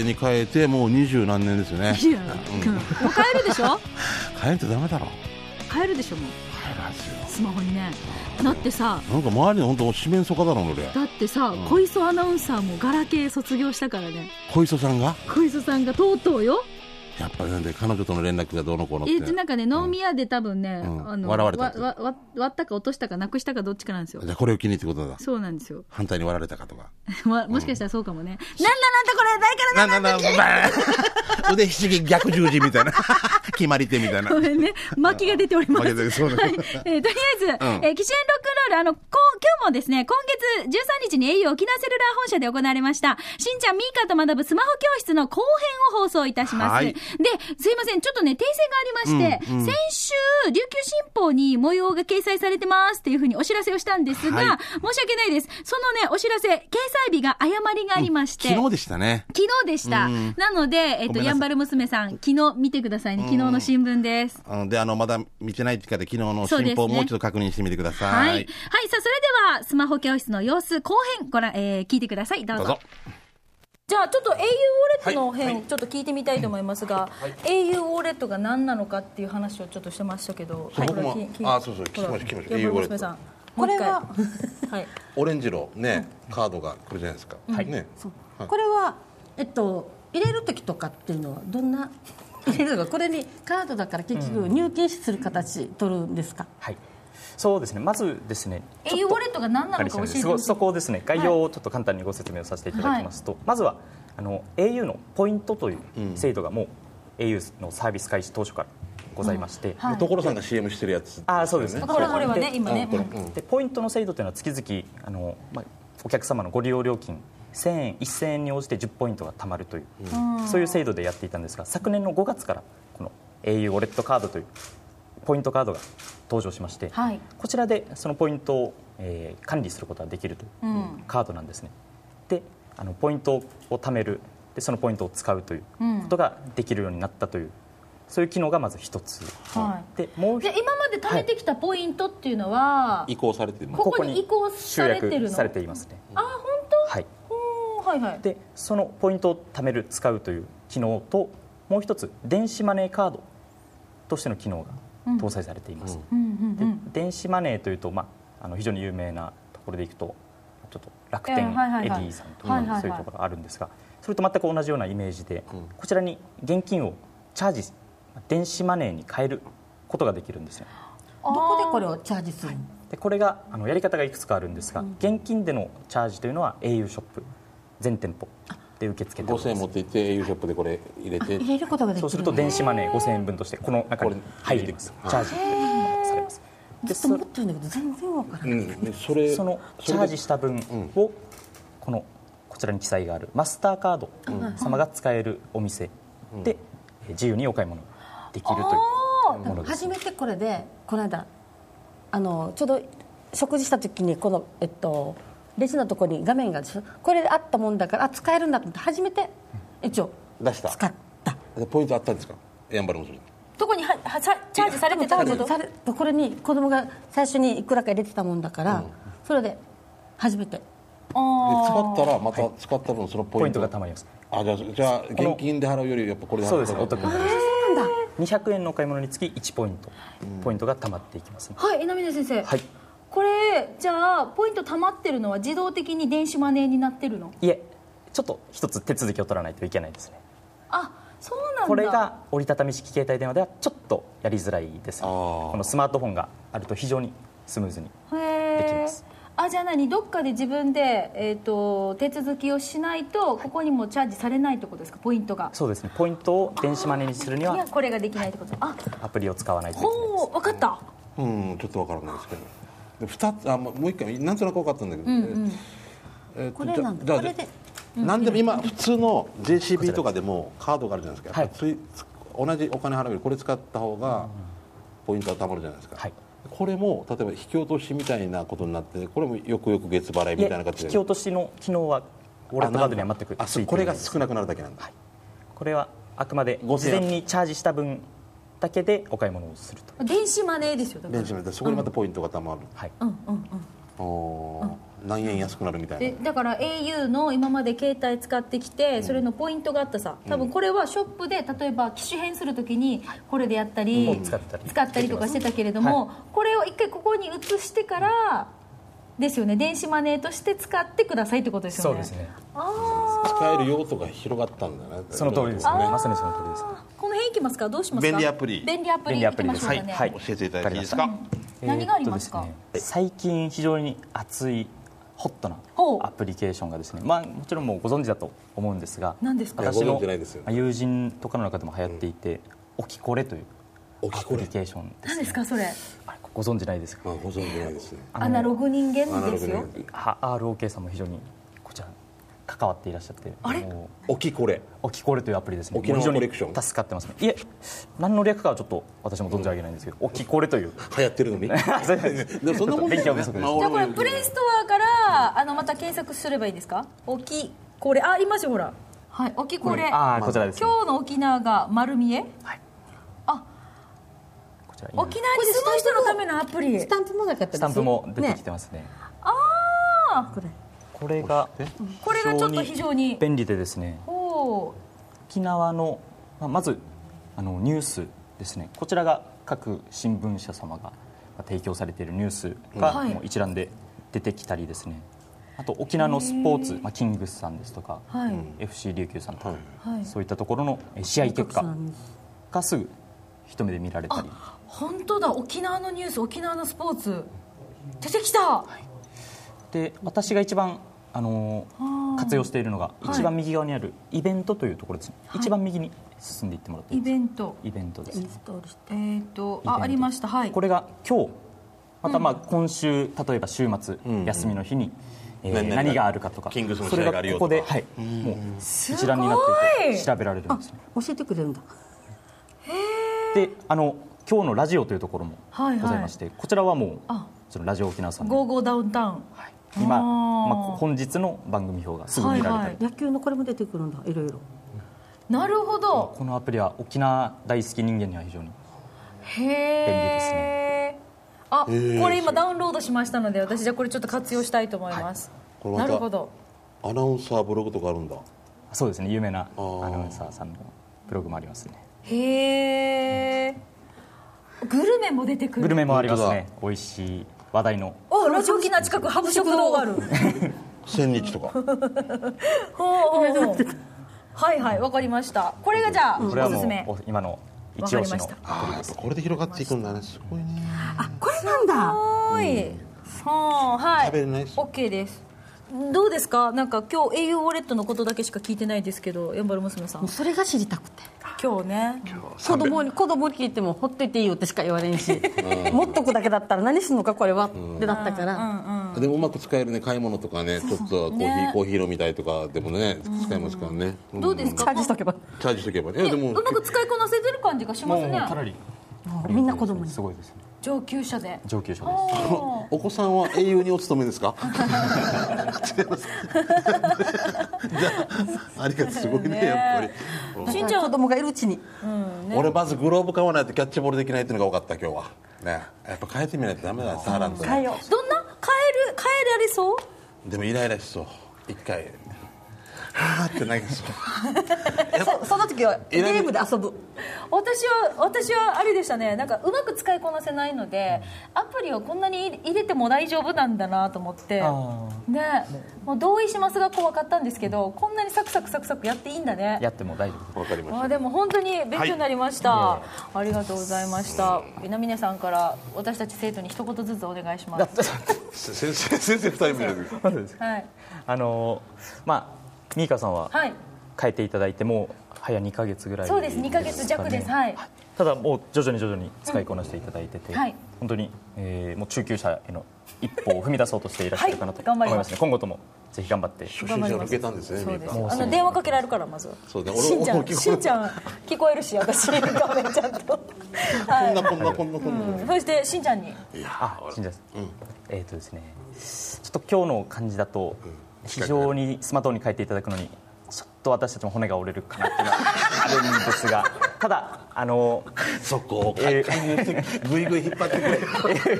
Speaker 2: ーに変えて、もう二十何年です
Speaker 1: <laughs>
Speaker 2: よね。
Speaker 1: いやうんもう変えるでしょ
Speaker 2: 変えんとダメだろ。
Speaker 1: 変えるでしょもう
Speaker 2: 変えるはずよ。
Speaker 1: スマホにねだってさ
Speaker 2: なんか周りの本当、四面楚歌だろ、
Speaker 1: <laughs>
Speaker 2: 俺。
Speaker 1: だってさ、
Speaker 2: うん
Speaker 1: 小磯アナウンサーもガラケー卒業したからね
Speaker 2: 小磯さんが、
Speaker 1: 小磯さんがとうとうよ
Speaker 2: やっぱりなんで、彼女との連絡がどうのこうのって。
Speaker 1: えなんかね飲み屋で多分ね、
Speaker 2: うん
Speaker 1: あの
Speaker 2: 笑われたって
Speaker 1: わわ割ったか落としたかなくしたかどっちかなんですよ
Speaker 2: じゃあこれを気にってことだ。
Speaker 1: そうなんですよ
Speaker 2: 反対に割られたかとか。
Speaker 1: ま <laughs> もしかしたらそうかもね、なんだなんだこれないから
Speaker 2: なんだなんだ、
Speaker 1: <laughs>
Speaker 2: ばー腕ひしぎ逆十字みたいな。決まり手みたいな。
Speaker 1: ごめんね、巻きが出てお <laughs> ります。
Speaker 2: 巻きが出てそうだ
Speaker 1: <laughs> はい、えーとりあえず、え
Speaker 2: うん
Speaker 1: ー、キシエンロックンロール、あの、こう今日もですね、今月13日に au 沖縄セルラー本社で行われました、しんちゃんミーカと学ぶスマホ教室の後編を放送いたします。
Speaker 2: はい
Speaker 1: で、すいません、ちょっとね、訂正がありまして、
Speaker 2: うんうん
Speaker 1: 先週、琉球新報に模様が掲載されてますっていうふうにお知らせをしたんですが、
Speaker 2: はい
Speaker 1: 申し訳ないです。そのね、お知らせ、掲載日が誤りがありまして、
Speaker 2: 昨日でしたね。
Speaker 1: 昨日でした。
Speaker 2: うん
Speaker 1: なので、えっ
Speaker 2: ご
Speaker 1: と、
Speaker 2: めんなさい
Speaker 1: やんばる娘さん、昨日見てくださいね。昨日の新聞です。
Speaker 2: うん、で、あの、まだ見てないって方、昨日の
Speaker 1: そうですね
Speaker 2: 進歩をもう一度確認してみてくださ。
Speaker 1: はいい。はい。さあ、それでは、スマホ教室の様子、後編、ご覧、えー、聞いてください。どう
Speaker 2: ど
Speaker 1: ぞ。
Speaker 2: うぞ。
Speaker 1: じゃあ、ちょっと au ウォレットの
Speaker 2: は
Speaker 1: 編、
Speaker 2: いはい
Speaker 1: ちょっと聞いてみたいと思いますが、au ウォレットが何なのかっていう話をちょっとしてましたけど、
Speaker 2: そう僕も
Speaker 1: ほらき
Speaker 2: あそうそう聞きました
Speaker 1: ほら
Speaker 2: 聞きました
Speaker 1: やんばる
Speaker 2: au
Speaker 1: 娘さん。
Speaker 3: これは
Speaker 1: もう一
Speaker 3: <laughs>
Speaker 1: 回はい。
Speaker 2: オレンジのね、カードがこれじゃないですか。はい。ね。
Speaker 3: そうこれは、えっと、入れる時とかっていうのはどんな入れるのかこれにカードだから結局入金する形取るんですか、
Speaker 4: はい、そうですね、まずですね、
Speaker 1: au ウォレットが何なのか教えて
Speaker 4: そ
Speaker 1: ほ
Speaker 4: こ
Speaker 1: しい
Speaker 4: そこをですね、概要をちょっと簡単にご説明をさせていただきますと、まずはあの au のポイントという制度がもう、au のサービス開始当初からございまして、
Speaker 1: はい
Speaker 2: 所さんが CM してるやつ。
Speaker 4: あーそうですね、
Speaker 1: これこれはね、今ね。うん
Speaker 4: でポイントの制度というのは月々あの、まあ、お客様のご利用料金1000円1000円に応じて10ポイントが貯まるという、そういう制度でやっていたんですが昨年の5月からこの au ウォレットカードというポイントカードが登場しまして、
Speaker 1: はい
Speaker 4: こちらでそのポイントを、えー管理することができるというカードなんですね。であのポイントを貯めるでそのポイントを使うということができるようになったという、そういう機能がまず一つ、
Speaker 1: はい
Speaker 4: でもう一つ
Speaker 1: で、今まで貯めてきたポイントっていうのは、
Speaker 2: 移行されてるの。
Speaker 1: ここに移行されてるの
Speaker 4: 集約されていますね、
Speaker 1: あ、本
Speaker 4: はい、
Speaker 1: 当おーはいはい。
Speaker 4: でそのポイントを貯める使うという機能ともう一つ電子マネーカードとしての機能が搭載されています、
Speaker 1: うんうんうん。
Speaker 4: で電子マネーというと、まあ、あの非常に有名なところでいくとちょっと楽
Speaker 1: ええ
Speaker 4: 天エデ
Speaker 1: はいはいはい
Speaker 4: ィさんと
Speaker 1: はいはいはい
Speaker 4: かそういうところあるんですがそれと全く同じようなイメージでこちらに現金をチャージ電子マネーに変えることができるんですね
Speaker 3: どこでこれをチャージするの
Speaker 4: でこれがあのやり方がいくつかあるんですが、現金でのチャージというのは au ショップ全店舗で受け付けております
Speaker 2: って行って、au ショップでこれ入れて
Speaker 3: 入れることができる
Speaker 4: そうすると電子マネー5000円分としてこの中
Speaker 2: こ
Speaker 4: に
Speaker 2: れ
Speaker 4: 入ります
Speaker 2: 入れて
Speaker 4: チャージされますで
Speaker 3: ずっと
Speaker 4: そ
Speaker 3: 持ってるんだけど全然わからない、
Speaker 2: うん、それ
Speaker 4: その
Speaker 2: そ
Speaker 4: チ
Speaker 2: れ
Speaker 4: ャ
Speaker 2: で
Speaker 4: ージした分をこのこちらに記載があるマスターカード様が使えるお店でえー自由にお買い物できるというものです
Speaker 3: 初めてこれでこの間あのちょうど食事した時にこのえっとレジのとこに画面があるでしょこれであったもんだからあ使えるんだと思って初めて一応
Speaker 2: 出した
Speaker 3: 使った
Speaker 2: でポイントあったんですか。やんばるもそれ。
Speaker 1: どこにははさチャージされてたってこと
Speaker 3: されこれに子供が最初にいくらか入れてたもんだから、それで初めて
Speaker 2: で使ったらまた使った分そのポ
Speaker 4: ポ
Speaker 2: イ
Speaker 4: イン
Speaker 2: ント
Speaker 4: ト
Speaker 2: が
Speaker 4: がたまります
Speaker 2: あじゃあじゃあ現金で払うよりやっぱこれで払
Speaker 4: そうですねお得になります
Speaker 3: そうなんだ
Speaker 4: 200円のお買い物につき1ポイントポイントがたまっていきますね
Speaker 1: はい稲峰先生、
Speaker 4: はい
Speaker 1: これじゃあポイント貯まってるのは自動的に電子マネーになってるの
Speaker 4: いえちょっと一つ手続きを取らないといけないですね
Speaker 1: あそうなんだ
Speaker 4: これが折りたたみ式携帯電話ではちょっとやりづらいですね
Speaker 2: あー
Speaker 4: このスマートフォンがあると非常にスムーズに
Speaker 1: へ
Speaker 4: でき
Speaker 1: え
Speaker 4: ます
Speaker 1: あじゃあ何どっかで自分で、えー、と手続きをしないとここにもチャージされないってことですかポイントが
Speaker 4: そうですねポイントを電子マネーにするに
Speaker 1: いや
Speaker 4: は
Speaker 1: これができないってことあ
Speaker 4: アプリを使わないといけないで
Speaker 1: ほう分かった
Speaker 2: うんちょっとわからないですけどで二つあもうもう一回なんとなく分かったんだけど、えーえーと
Speaker 3: これなんだ
Speaker 2: じゃあ
Speaker 3: これで
Speaker 2: じなんでも今普通の JCB とかでもカードがあるじゃないですか、
Speaker 4: はい
Speaker 2: ついつ同じお金払うよりこれ使った方がポイントが貯まるじゃないですか、
Speaker 4: はい
Speaker 2: これも例えば引き落としみたいなことになってこれもよくよく月払いみたいな形で
Speaker 4: 引き落としの機能はウォレットカードには全く
Speaker 2: あそうこれが少なくなるだけなんだ、
Speaker 4: これはあくまで
Speaker 2: 5000
Speaker 4: 事前にチャージした分だけでお買い物をすると
Speaker 5: 電子マネーですよだから
Speaker 2: 電子メーターそこにまたポイントが貯まる、
Speaker 4: はい
Speaker 5: うんうんうん
Speaker 2: おー何円安くなるみたいな
Speaker 5: でだから au の今まで携帯使ってきてそれのポイントがあったさ多分これはショップで例えば機種変するときにこれでやったり、
Speaker 4: うん使ったり
Speaker 5: とかしてたけれども、これを一回ここに移してからですよね電子マネーとして使ってくださいってことです
Speaker 4: そ
Speaker 5: よ
Speaker 4: う
Speaker 5: ね
Speaker 4: ですね
Speaker 5: あ
Speaker 2: 使える用途が広がったんだね
Speaker 4: その通りです
Speaker 2: ね
Speaker 4: ねまさにその通りです
Speaker 5: あこの辺いきますかどうしますか
Speaker 2: 便利アプリ
Speaker 5: 便利アプリ
Speaker 4: 便利
Speaker 5: い
Speaker 4: アプ
Speaker 5: き
Speaker 4: リ
Speaker 5: ま
Speaker 4: で
Speaker 5: しょ
Speaker 4: す
Speaker 5: うかね、
Speaker 4: はいはい
Speaker 2: 教えていただいていいですか
Speaker 5: 何がありますか
Speaker 4: えーっとですね最近非常に熱いホットな
Speaker 5: ほう
Speaker 4: アプリケーションがですね、まあ、もちろんもうご存知だと思うんですが
Speaker 5: 何ですか
Speaker 2: いや
Speaker 4: 私
Speaker 2: ご存
Speaker 4: の
Speaker 2: 知ないですよ
Speaker 4: 友人とかの中でも流行っていて「おきこれ」という
Speaker 2: お
Speaker 4: ア
Speaker 2: きこ
Speaker 4: プ
Speaker 2: れ
Speaker 4: リケーションです
Speaker 5: 何ですかそれ
Speaker 4: あれご存知ないですか
Speaker 2: あ保存じゃないですね
Speaker 4: あの
Speaker 5: アナログ人
Speaker 2: アナ
Speaker 5: 間
Speaker 2: ロ
Speaker 5: で
Speaker 2: グ
Speaker 5: す
Speaker 2: ね
Speaker 5: よ
Speaker 4: は ROK さんも非常にこちら関わっていらっしゃって
Speaker 5: あれ
Speaker 4: もう
Speaker 2: おきこれ
Speaker 4: おきこれというアプリですね
Speaker 2: 沖縄
Speaker 4: もう非常に
Speaker 2: コレクション
Speaker 4: 助かってますねいえ何の略かはちょっと私も存じ上げないんですけど、 <laughs> おきこれという
Speaker 2: 流行ってるの
Speaker 5: <laughs>
Speaker 2: に
Speaker 4: そうです
Speaker 2: でもそんなもんだよね
Speaker 4: 勉強不足です
Speaker 2: まあ
Speaker 5: じゃあこれ
Speaker 2: 俺も
Speaker 5: プレイストアからあのまた検索すればいいですか沖これあありますよほらはい沖これ
Speaker 4: ああこちらですね
Speaker 5: 今日の沖縄が丸見え
Speaker 4: はい
Speaker 5: あ
Speaker 4: こちら今
Speaker 5: 沖縄に住む人のためのアプリ
Speaker 3: スタンプもなかったです
Speaker 4: スタンプも出てき
Speaker 3: ね
Speaker 4: てますね
Speaker 5: ああこれ
Speaker 4: これが
Speaker 5: これがちょっと非常に
Speaker 4: 便利でですね
Speaker 5: おー
Speaker 4: 沖縄のまあまずあのニュースですねこちらが各新聞社様がまあ提供されているニュースが
Speaker 5: はい
Speaker 4: もう一覧で出てきたりですねあと沖縄のスポーツ、まあ、キングスさんですとか、
Speaker 5: はい、
Speaker 4: FC 琉球さんとか、
Speaker 5: はい
Speaker 4: そういったところのえ試合結果がすぐ一目で見られたり
Speaker 5: 本当だ沖縄のニュース沖縄のスポーツ出てきた
Speaker 4: で私が一番、あのー
Speaker 5: あー
Speaker 4: 活用しているのが
Speaker 5: い
Speaker 4: 一番右側にあるイベントというところですね、
Speaker 5: はい
Speaker 4: 一番右に進んでいってもらってい
Speaker 5: イ
Speaker 4: いです
Speaker 5: ベント
Speaker 4: かイベントです
Speaker 3: インストールして
Speaker 5: えっ、ー、と
Speaker 4: イベン
Speaker 5: あ
Speaker 4: ト
Speaker 5: ありましたはい
Speaker 4: これが今日またまあ今週例えば週末
Speaker 2: うん
Speaker 4: 休みの日にえ
Speaker 2: 何々
Speaker 4: ー
Speaker 2: が
Speaker 4: 何があるかとか
Speaker 2: キングスの
Speaker 4: それ
Speaker 2: 試合があ
Speaker 4: が
Speaker 2: るよ
Speaker 4: ことこ
Speaker 2: か
Speaker 4: ではいもう一覧になっていて調べられるんですね
Speaker 3: 教えてくれるんだ
Speaker 4: であの今日のラジオというところも
Speaker 5: はいはい
Speaker 4: ございましてこちらはもう
Speaker 5: あ
Speaker 4: そのラジオ沖縄さん
Speaker 5: ゴー
Speaker 4: の
Speaker 5: ゴーダウンタウン
Speaker 4: はい
Speaker 5: あ
Speaker 4: 今
Speaker 5: ー
Speaker 4: まあ本日の番組表がすぐ見られ
Speaker 5: は
Speaker 4: た
Speaker 5: いは
Speaker 4: り
Speaker 5: い
Speaker 3: 野球のこれも出てくるんだいろいろ
Speaker 5: なるほど
Speaker 4: このアプリは沖縄大好き人間には非常に
Speaker 5: へえ、あこ
Speaker 2: へー
Speaker 5: れ今ダウンロードしましたので私じゃあこれちょっと活用したいと思います、
Speaker 2: これま
Speaker 5: な
Speaker 2: た
Speaker 5: るほど
Speaker 2: アナウンサーブログとかあるんだ
Speaker 4: そうですね有名なア
Speaker 2: ー
Speaker 4: ナウンサーさんのブログもありますね
Speaker 5: へえグルメも出てくる
Speaker 4: グルメもありますね美味しい話題の
Speaker 5: おラジオ機な近くハブ食堂がある
Speaker 2: 千日と
Speaker 5: <laughs>
Speaker 2: か
Speaker 5: ほうほうほうはいはいわかりましたこれがじゃあお
Speaker 4: これは
Speaker 5: す
Speaker 4: も
Speaker 5: すめ
Speaker 4: うお今の一押し
Speaker 5: わ
Speaker 4: の
Speaker 5: かり
Speaker 2: ああやっぱこれで広がっていくんだねすごいね
Speaker 3: あこれなんだ
Speaker 5: はーいはーはい
Speaker 2: 食べれないです
Speaker 5: OK ですどうですかなんか今日 au ウォレットのことだけしか聞いてないですけどやんばる娘さん
Speaker 3: もうそれが知りたくて
Speaker 5: 今日ね
Speaker 3: 子供に子供に聞いてもほっといていいよってしか言われんし持っとくだけだったら何すんのかこれはってなったから
Speaker 2: でもうまく使えるね買い物とかねちょっとコーヒー、
Speaker 5: ね
Speaker 2: コーヒー飲みたいとかでもね使えますからね、ん
Speaker 5: どうですか
Speaker 3: チャージしとけば
Speaker 2: チャージしとけばねいやでも
Speaker 5: うまく使いこなせてる感じがします
Speaker 4: もう
Speaker 5: ね
Speaker 4: かなり
Speaker 3: みんな子供に
Speaker 4: すごいですね
Speaker 5: 上級者で
Speaker 4: 上級者です
Speaker 2: お子さんは英雄にお勤めで
Speaker 6: <laughs>
Speaker 2: すか違いますじゃあありがとうすごいねやっぱり
Speaker 5: しんちゃん
Speaker 3: 子供がいるうちに
Speaker 2: 俺まずグローブ買わないとキャッチボールできないっていうのが分かった今日はねやっぱ変えてみないとダメだねサーランド
Speaker 3: 変えよう
Speaker 5: どんな変える変えられそう
Speaker 2: でもイライラしそう一回はあって投げそう
Speaker 3: そその時はゲームで遊ぶ
Speaker 5: 私は私はあれでしたねなんかうまく使いこなせないのでアプリをこんなに入れても大丈夫なんだなと思って
Speaker 4: あー
Speaker 5: ねもう同意しますが怖かったんですけどこんなにサクサクサクサクやっていいんだね
Speaker 4: やっても大丈夫です
Speaker 2: 分かりま
Speaker 5: あ
Speaker 2: し
Speaker 5: ーでも本当に勉強になりました、ありがとうございました稲峰さんから私たち生徒に一言ずつお願いします
Speaker 2: たせ先生先生二人目です
Speaker 5: はい
Speaker 4: <laughs> あのーまあミーカさんは
Speaker 5: はい
Speaker 4: 変えていただいてもう早2ヶ月ぐらい
Speaker 5: そうです2ヶ月弱ですはい
Speaker 4: はいただもう徐々に徐々に使いこなしていただいてて、
Speaker 5: うんはい
Speaker 4: 本当に、えーもう中級者への一歩を踏み出そうとしていらっしゃるかなと
Speaker 5: はい頑張
Speaker 4: 思
Speaker 5: り
Speaker 4: い
Speaker 5: ま
Speaker 4: ますすね、今後ともぜひ頑張って
Speaker 6: 初心者向けたんですね、
Speaker 5: そ
Speaker 6: み
Speaker 5: うんで
Speaker 6: な
Speaker 5: す。あの電話かけられるからまず
Speaker 6: そうね俺
Speaker 5: しんち
Speaker 6: 俺
Speaker 5: ゃ
Speaker 6: も
Speaker 5: ん
Speaker 6: 聞こえる
Speaker 5: しんちゃん聞こえるし私
Speaker 6: <laughs>
Speaker 5: 画面ちゃんと
Speaker 6: こんな
Speaker 5: は
Speaker 6: こんなこんなこん
Speaker 5: い
Speaker 6: な。
Speaker 5: そしてしんちゃんに
Speaker 4: あ、信じます。えっ、とですね、ちょっと今日の感じだと、非常にスマートフォンに変えていただくのに、ちょっと私たちも骨が折れるかなって
Speaker 6: <laughs>
Speaker 4: いうのはあるんですが、ただ、あの、
Speaker 6: そこを
Speaker 4: え
Speaker 6: ぐいぐい引っ張ってくれ。
Speaker 4: <laughs>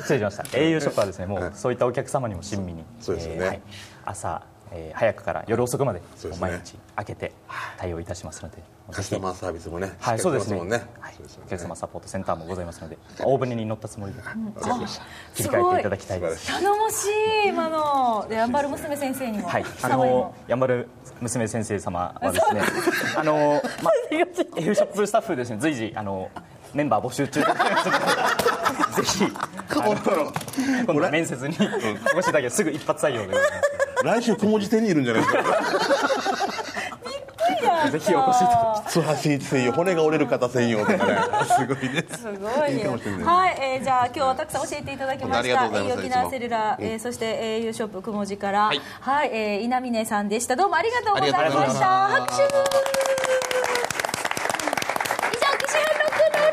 Speaker 4: 失礼しました、au ショップはですね、もうそういったお客様にも親身に、
Speaker 6: そうですよね
Speaker 4: はい朝、えー早くから夜遅くまで
Speaker 6: そうですね
Speaker 4: 毎日開けて対応いたしますので、
Speaker 6: カスタマーサービスもね、
Speaker 4: はい、そうです
Speaker 6: しっか
Speaker 4: ね
Speaker 6: りやってま
Speaker 4: はい
Speaker 6: すもんね。そうですよ
Speaker 4: お
Speaker 6: ね
Speaker 4: 客様サポートセンターもございますので、大船に乗ったつもりで、切り替えていただきたいです。
Speaker 5: 頼もしい今のでやんばる娘先生にも
Speaker 4: はい、あ
Speaker 5: 様に
Speaker 4: の
Speaker 5: も
Speaker 4: やんばる娘先生様はですね、あのまあ F ショップスタッフですね、随時あのメンバー募集中ということで <laughs> ぜひあの今度面接にお越しいただけすぐ一発採用でござい
Speaker 2: 来週小文字手にいるんじゃないですか
Speaker 4: ます。ぜひお越しいただ
Speaker 2: 津
Speaker 4: き
Speaker 2: 橋一専用骨が折れる方専用とかねすごいね
Speaker 5: すごいね
Speaker 2: いいかもしれない
Speaker 5: はい、えーじゃあ今日はたくさん教えていただきま
Speaker 6: あ
Speaker 5: し
Speaker 6: りが
Speaker 5: た
Speaker 6: とうございます
Speaker 5: 沖縄セルラー、えーそして au ショップくもじからはい、えー稲峰さんでしたどうもありがとうございま
Speaker 6: ありがとうござい
Speaker 5: し
Speaker 6: ました
Speaker 5: 拍手以上機種編ロックンロールでした
Speaker 6: ありがと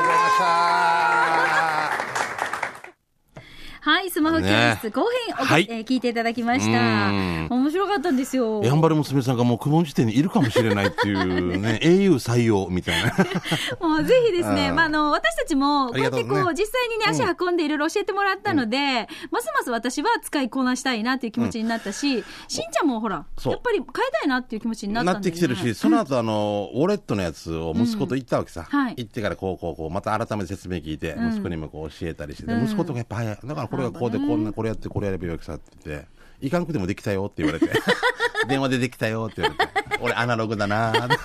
Speaker 6: うございました。
Speaker 1: はい、スマホ教室後編お、
Speaker 2: はい
Speaker 1: えー聞いていただきまし
Speaker 2: う
Speaker 1: た。
Speaker 2: ん
Speaker 1: 面白かったんですよ。
Speaker 2: やんばる娘さんがもう公文辞典にいるかもしれないっていうね、au 採用みたいな。
Speaker 1: <laughs> もうぜひですね、
Speaker 2: うん
Speaker 1: まあ、あの、私たちも、こう
Speaker 2: あり
Speaker 1: やっ
Speaker 2: がと
Speaker 1: て
Speaker 2: う
Speaker 1: こう、実際にね、足運んでいろいろ教えてもらったので、ますます私は使いこなしたいなという気持ちになったし、しんちゃんもほら、
Speaker 2: そう
Speaker 1: やっぱり変えたいなっていう気持ちになったんだ
Speaker 2: な
Speaker 1: よ
Speaker 2: っ
Speaker 1: ね
Speaker 2: てきてるし、その後あの、ウォレットのやつを息子と行ったわけさ。
Speaker 1: はい
Speaker 2: 行ってからこうこうこう、また改めて説明聞いて、
Speaker 1: ん
Speaker 2: 息子にもこう教えたりして、で息子とかやっぱ早い。だからこれがこうで、こんな、これやって、これやればよくさって言って、いかんくてもできたよって言わ
Speaker 1: <laughs>
Speaker 2: れて、電話でできたよって言われて、俺アナログだなぁ。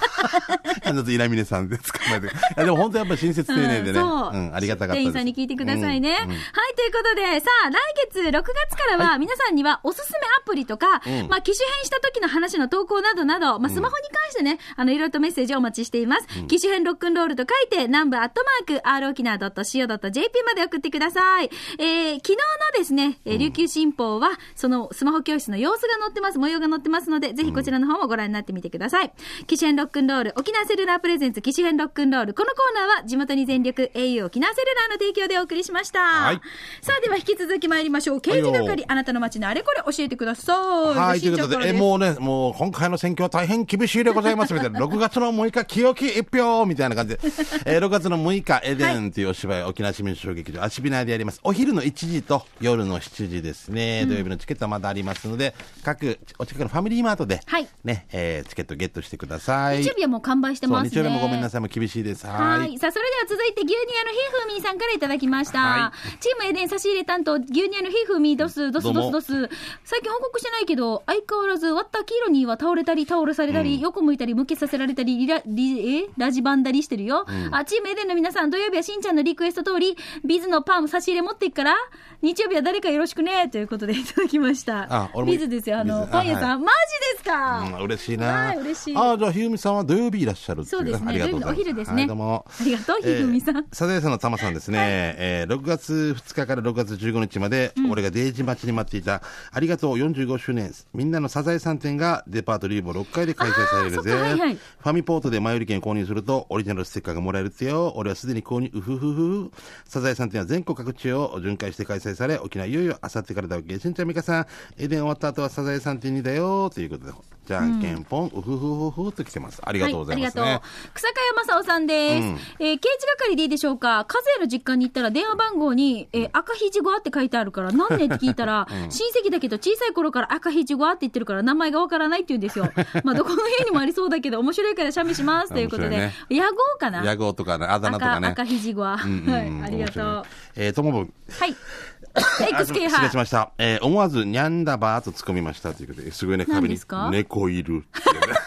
Speaker 2: 必ず稲峰さんで捕まえて。いやでも本当やっぱ親切丁寧でね。
Speaker 1: う
Speaker 2: うん、
Speaker 1: そうん
Speaker 2: ありがたかったで
Speaker 1: 店
Speaker 2: す。
Speaker 1: 員さんに聞いてくださいね。
Speaker 2: うん
Speaker 1: は
Speaker 2: うん
Speaker 1: い、ということで、さあ、来月6月からは、皆さんにはおすすめアプリとか、
Speaker 2: うん
Speaker 1: まあ、機種変した時の話の投稿などなど、まあ、スマホに関してね、あの、いろいろとメッセージをお待ちしています。機種変ロックンロールと書いて、南部アットマーク、r 沖縄 .co.jp まで送ってください。えー、昨日のですね、えー琉球新報は、そのスマホ教室の様子が載ってます、模様が載ってますので、ぜひこちらの方もご覧になってみてください。機種変ロックンロール、沖縄セルラープレゼンツ、機種変ロックンロール、このコーナーは地元に全力、au 沖縄セルラーの提供でお送りしました。
Speaker 2: はい
Speaker 1: さあ、では引き続き参りましょう。刑事
Speaker 2: はい
Speaker 1: 係
Speaker 2: よ、
Speaker 1: あなたの街のあれこれ教えてください。
Speaker 2: はい、と
Speaker 1: じ
Speaker 2: い
Speaker 1: ゃあしん
Speaker 2: うこ
Speaker 1: ちゃん
Speaker 2: と
Speaker 1: から
Speaker 2: で、え、
Speaker 1: す
Speaker 2: もうね、もう今回の選挙は大変厳しいでございますみた
Speaker 1: <laughs>
Speaker 2: いな、6月の6日、清き一票みたいな感じで、えー6月の6日、エデンというお芝居、沖縄市民小劇場、アシビナでやります。お昼の1時と夜の7時ですね、土曜日のチケットはまだありますので、各、お近くのファミリーマートで、
Speaker 1: はい
Speaker 2: ね、えーチケットゲットしてください。
Speaker 1: 日曜日はもう完売してますね。
Speaker 2: そう日曜日もごめんなさい、もう厳しいです。
Speaker 1: はい
Speaker 2: はい。
Speaker 1: さあ、それでは続いて、牛乳屋のひーふーみーさんからいただきました。チームエデン差し入れ担当、牛乳屋のひーふーみーどす、どす、
Speaker 2: どう
Speaker 1: ど
Speaker 2: も
Speaker 1: す、どす。最近報告してないけど、相変わらず、割った黄色には倒れたり、タオルされたり、横向いたり、向けさせられたり、リラ、リ、えラジバンダリしてるよ、あ、チームエデンの皆さん、土曜日はしんちゃんのリクエスト通り、ビズのパン差し入れ持っていくから、日曜日は誰かよろしくね、ということでいただきました。
Speaker 2: あ俺も
Speaker 1: ビズですよ、あの、
Speaker 2: ビズ
Speaker 1: パン屋さん。
Speaker 2: あはい
Speaker 1: マジですか、
Speaker 2: うん、嬉しいな。
Speaker 1: はい嬉しい
Speaker 2: ああ、じゃあ、ひふみさんは土曜日いらっしゃるってい
Speaker 1: そうですね
Speaker 2: ありがとうございます。
Speaker 1: 土曜日のお昼ですね
Speaker 2: はい、どうも。
Speaker 1: ありがとう <laughs> ひふみさん
Speaker 2: えーサザエさんのたまさんですね、えー6月2日から6月15日まで、俺がデージ待ちに待っていた、ありがとう45周年、みんなのサザエさん展がデパートリーボ6階で開催され
Speaker 1: あー
Speaker 2: るぜ。
Speaker 1: そっかはいはい
Speaker 2: ファミポートで前売り券購入すると、オリジナルステッカーがもらえるってよ。俺はすでに購入、うふふふ。サザエさん展は全国各地を巡回して開催され、沖縄いよいよあさってからだわけ。しんちゃんみかさん、エデン終わった後はサザエさん展にだよ。ということで、じゃんけんぽん、うふふふふと来てます。ありがとうございます、ね
Speaker 1: はありがとう。草加山正雄さんです。
Speaker 2: うん
Speaker 1: えー刑事係でいいでしょうか和也の実家に行ったら電話番号に、えー赤ひじごあって書いてあるから、何年って聞いた
Speaker 2: <laughs>
Speaker 1: ら、親戚だけど小さい頃から赤ひじごあって言ってるから名前がわからないって言うんです
Speaker 2: <laughs>
Speaker 1: よ。まあ、どこの家にもありそうだけど、面白いから写メしますということで、
Speaker 2: 面
Speaker 1: 野号かな
Speaker 2: 野号とかね、あだ名とか
Speaker 1: 赤、
Speaker 2: ね。
Speaker 1: 赤ひじごあ。
Speaker 2: うんうんうん
Speaker 1: はい、ありがとう。
Speaker 2: 面白いねえーともぶん。 <laughs>
Speaker 1: はい。
Speaker 2: 失礼し
Speaker 1: XK
Speaker 2: ました。えー思わず、にゃんだばーと突っ込みましたということで、すごいね、
Speaker 1: 何
Speaker 2: 壁
Speaker 1: で
Speaker 2: に
Speaker 1: すか、
Speaker 2: 猫
Speaker 1: <laughs>
Speaker 2: いるっていうね。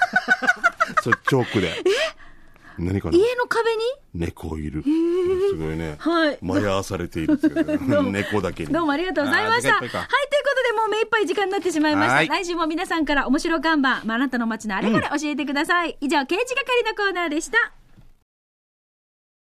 Speaker 2: それ、チョークで。何これ
Speaker 1: 家の壁に
Speaker 2: 猫いる。すごいね。
Speaker 1: はい
Speaker 2: 迷わされているっていうね猫だけ
Speaker 1: <laughs>
Speaker 2: に。
Speaker 1: どうもありがとうございました。
Speaker 2: あ
Speaker 1: はい、と
Speaker 2: ー
Speaker 1: いうこ
Speaker 2: 時間っぱいか
Speaker 1: とでもう目いっぱい時間になってしまいま
Speaker 2: は
Speaker 1: し
Speaker 2: い
Speaker 1: た。来週も皆さんから面白看板、まああなたの街のあれこれ教えてください。以上、刑事係のコーナーでした。